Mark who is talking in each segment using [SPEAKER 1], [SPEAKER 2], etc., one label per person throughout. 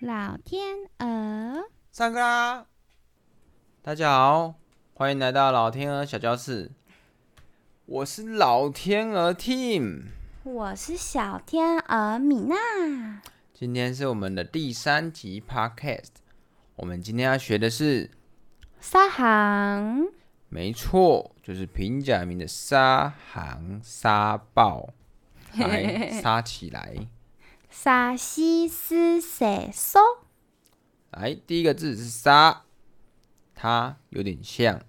[SPEAKER 1] 老天鹅，
[SPEAKER 2] 上课啦！啊大家好，欢迎来到老天鹅小教室，我是老天鹅 Team，
[SPEAKER 1] 我是小天鹅米娜。
[SPEAKER 2] 今天是我们的第三集 Podcast，我们今天要学的是，
[SPEAKER 1] 沙行，
[SPEAKER 2] 没错，就是平假名的沙行沙暴，来杀起来！
[SPEAKER 1] 沙西斯塞索，
[SPEAKER 2] 来，第一个字是沙，它有点像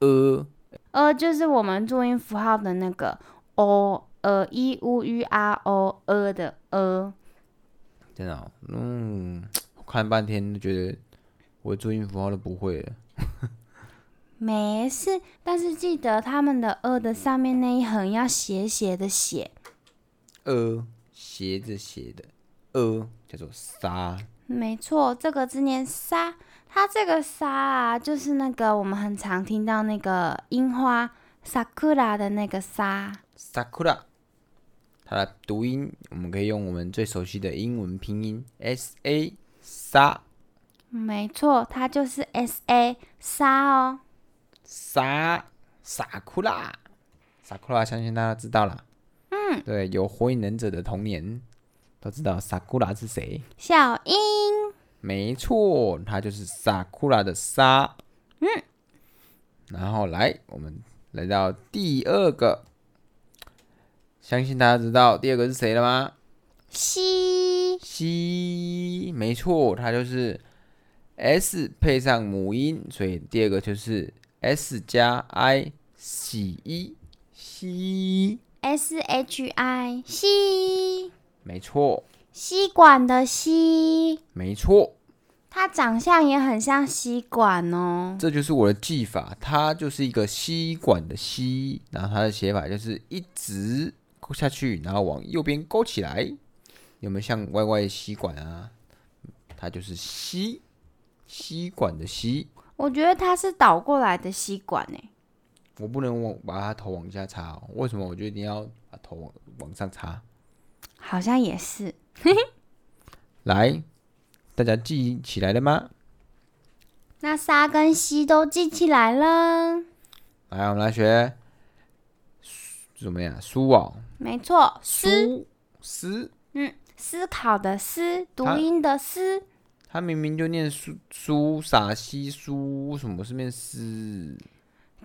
[SPEAKER 2] 呃，
[SPEAKER 1] 呃，就是我们注音符号的那个 o，呃，e u u r o，呃的呃，
[SPEAKER 2] 真的、哦，嗯，我看半天就觉得我的注音符号都不会了。
[SPEAKER 1] 没事。但是记得他们的呃的上面那一横要斜斜的写，
[SPEAKER 2] 呃，斜着斜的，呃，叫做沙，
[SPEAKER 1] 没错，这个字念沙，它这个沙啊，就是那个我们很常听到那个樱花 sakura 的那个沙。
[SPEAKER 2] sakura。它的读音，我们可以用我们最熟悉的英文拼音 s a 沙
[SPEAKER 1] 没错，它就是 S A 沙哦。
[SPEAKER 2] 沙萨库拉，萨库拉相信大家知道啦。嗯，对，有火影忍者的童年都知道萨库拉是谁。
[SPEAKER 1] 小樱，
[SPEAKER 2] 没错，它就是萨库拉的沙。嗯，然后来，我们来到第二个，相信大家知道第二个是谁了吗？
[SPEAKER 1] 西
[SPEAKER 2] 西，没错，它就是 S 配上母音，所以第二个就是 S 加 I 洗衣西，
[SPEAKER 1] S H I 西
[SPEAKER 2] 没错，
[SPEAKER 1] 吸管的吸，
[SPEAKER 2] 没错，
[SPEAKER 1] 它长相也很像吸管哦。
[SPEAKER 2] 这就是我的技法，它就是一个吸管的吸，然后它的写法就是一直勾下去，然后往右边勾起来，有没有像 Y Y 吸管啊？它就是吸吸管的吸，
[SPEAKER 1] 我觉得它是倒过来的吸管欸诶。
[SPEAKER 2] 我不能往把它头往下插、哦，为什么？我就一定要把头往往上插。
[SPEAKER 1] 好像也是
[SPEAKER 2] 来，大家记忆起来了吗？
[SPEAKER 1] 那沙跟西都记起来了，
[SPEAKER 2] 来，我们来学苏怎么样？苏哦，
[SPEAKER 1] 没错，思
[SPEAKER 2] 苏思，
[SPEAKER 1] 思考的思，读
[SPEAKER 2] 它
[SPEAKER 1] 音的思，
[SPEAKER 2] 它明明就念苏苏傻西苏，为什么是念思？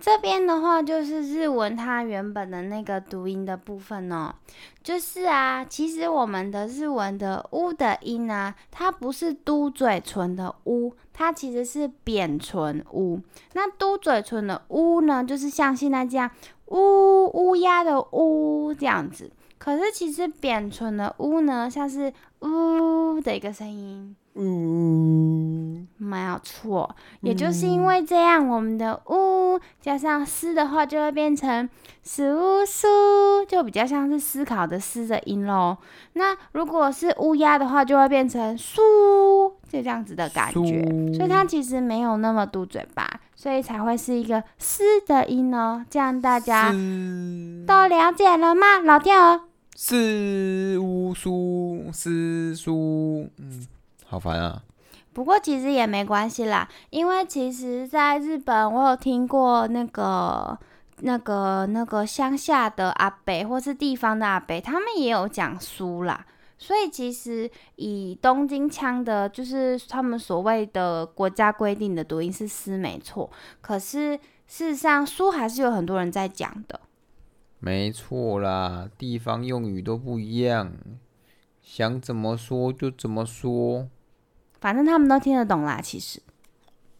[SPEAKER 1] 这边的话就是日文它原本的那个读音的部分哦，就是啊，其实我们的日文的“乌”的音啊，它不是嘟嘴唇的“乌”，它其实是扁唇“乌”。那嘟嘴唇的“乌”呢，就是像现在这样“乌乌鸦”的“乌”这样子。可是其实扁唇的“乌”呢，像是“呜”的一个声音。
[SPEAKER 2] 嗯，
[SPEAKER 1] 没有错，也就是因为这样，我们的呜加上思的话，就会变成思呜苏，就比较像是思考的思的音喽。那如果是乌鸦的话，就会变成苏，就这样子的感觉。所以它其实没有那么嘟嘴巴，所以才会是一个思的音哦。这样大家
[SPEAKER 2] 思
[SPEAKER 1] 都了解了吗？老天鹅，
[SPEAKER 2] 思乌苏思苏，嗯，好烦啊！
[SPEAKER 1] 不过其实也没关系啦，因为其实在日本，我有听过那个、那个、那个乡下的阿北，或是地方的阿北，他们也有讲书啦。所以其实以东京腔的，就是他们所谓的国家规定的读音是“思”没错，可是事实上书还是有很多人在讲的。
[SPEAKER 2] 没错啦，地方用语都不一样，想怎么说就怎么说。
[SPEAKER 1] 反正他们都听得懂啦，其实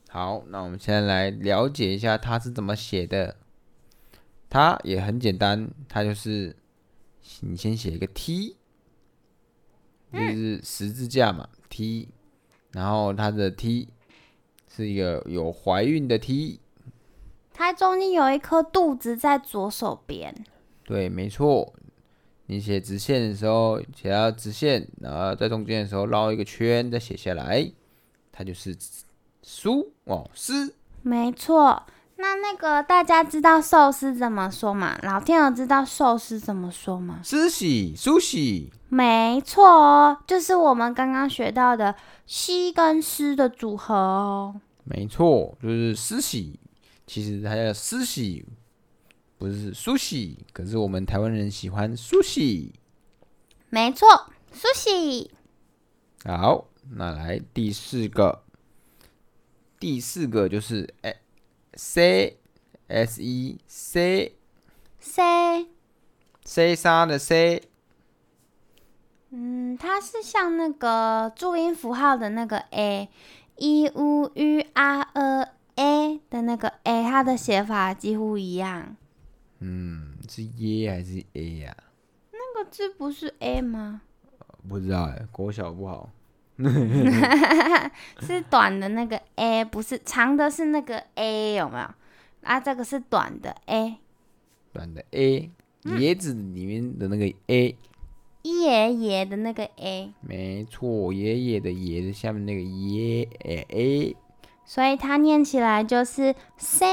[SPEAKER 2] 好，那我们现在来了解一下它是怎么写的。它也很简单，它就是你先写一个 T，就是十字架嘛、t 然后它的 T 是一个有怀孕的 T，
[SPEAKER 1] 它中间有一颗肚子在左手边，
[SPEAKER 2] 对，没错。你写直线的时候写到直线，然后在中间的时候绕一个圈，再写下来，它就是书哦，诗。
[SPEAKER 1] 没错，那那个大家知道寿司怎么说吗？老天鹅知道寿司怎么说吗？
[SPEAKER 2] 寿喜，寿喜，
[SPEAKER 1] 没错哦，就是我们刚刚学到的西跟诗的组合哦。
[SPEAKER 2] 没错，就是寿喜。其实它叫寿喜，不是苏喜，可是我们台湾人喜欢苏喜。
[SPEAKER 1] 没错，苏西。
[SPEAKER 2] 好，那来第四个，第四个就是哎 C S E C
[SPEAKER 1] C，
[SPEAKER 2] C 沙的 C，
[SPEAKER 1] 嗯，它是像那个注音符号的那个 a i u u r e a 的那个 a，它的写法几乎一样。
[SPEAKER 2] 嗯，是 Y 还是 A 呀、
[SPEAKER 1] 那个字不是 a 吗？
[SPEAKER 2] 不知道哎，国小不好。
[SPEAKER 1] 是短的那个 a，不是长的，是那个 a 有没有？啊，这个是短的 a。
[SPEAKER 2] 短的 A，椰子里面的那个 A，、
[SPEAKER 1] 爷爷的那个 a，
[SPEAKER 2] 没错，爷爷的爷的下面那个耶哎 A，
[SPEAKER 1] 所以它念起来就是 c。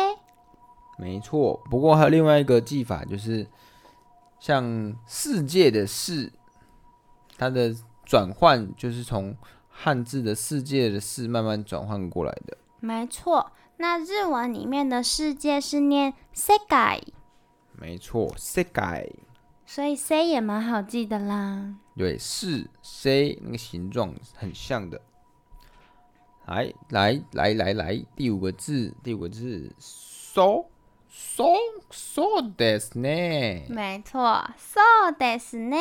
[SPEAKER 2] 没错。不过还有另外一个技法，就是像世界的世，它的转换就是从汉字的世界的世慢慢转换过来的。
[SPEAKER 1] 没错，那日文里面的世界是念 s e g a i
[SPEAKER 2] 没错，世界
[SPEAKER 1] 所以 C 也蛮好记的啦。
[SPEAKER 2] 对是 C 那个形状很像的。来来来来来，第五个字，第五个字，so so so des 呢
[SPEAKER 1] 没错，so des 呢？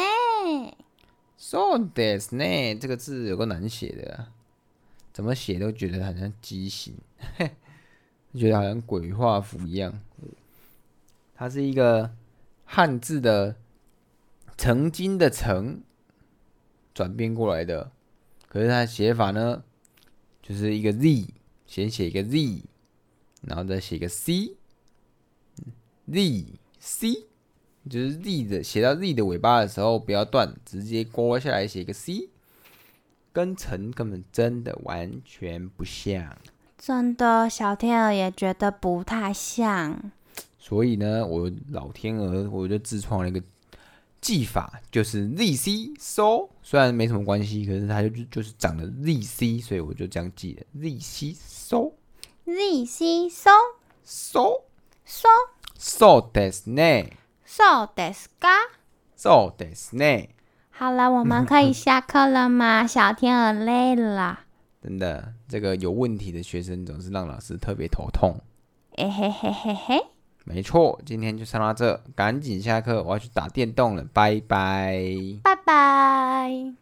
[SPEAKER 2] ，so des 呢，这个字有个难写的啊、怎么写都觉得好像畸形， 觉得好像鬼画符一样。它是一个汉字的曾经的曾转变过来的，可是它的写法呢，就是一个 z，先写一个 z，然后再写一个嗯 c，z c，就是 z 的写到 z 的尾巴的时候不要断，直接勾下来写一个 c，跟曾根本真的完全不像。
[SPEAKER 1] 真的，小天鹅也觉得不太像。
[SPEAKER 2] 所以呢，我老天鹅我就自创了一个技法，就是 ZC so，虽然没什么关系，可是它就就是长了 ZC，所以我就这样记的 ZC so
[SPEAKER 1] z c so
[SPEAKER 2] so
[SPEAKER 1] so
[SPEAKER 2] so des ne
[SPEAKER 1] so des ga。
[SPEAKER 2] so des ne，
[SPEAKER 1] 好了，我们可以下课了吗？小天鹅累了，
[SPEAKER 2] 真的，这个有问题的学生总是让老师特别头痛。
[SPEAKER 1] 哎嘿嘿嘿嘿，
[SPEAKER 2] 没错，今天就上到这，赶紧下课，我要去打电动了，拜拜。
[SPEAKER 1] 拜拜。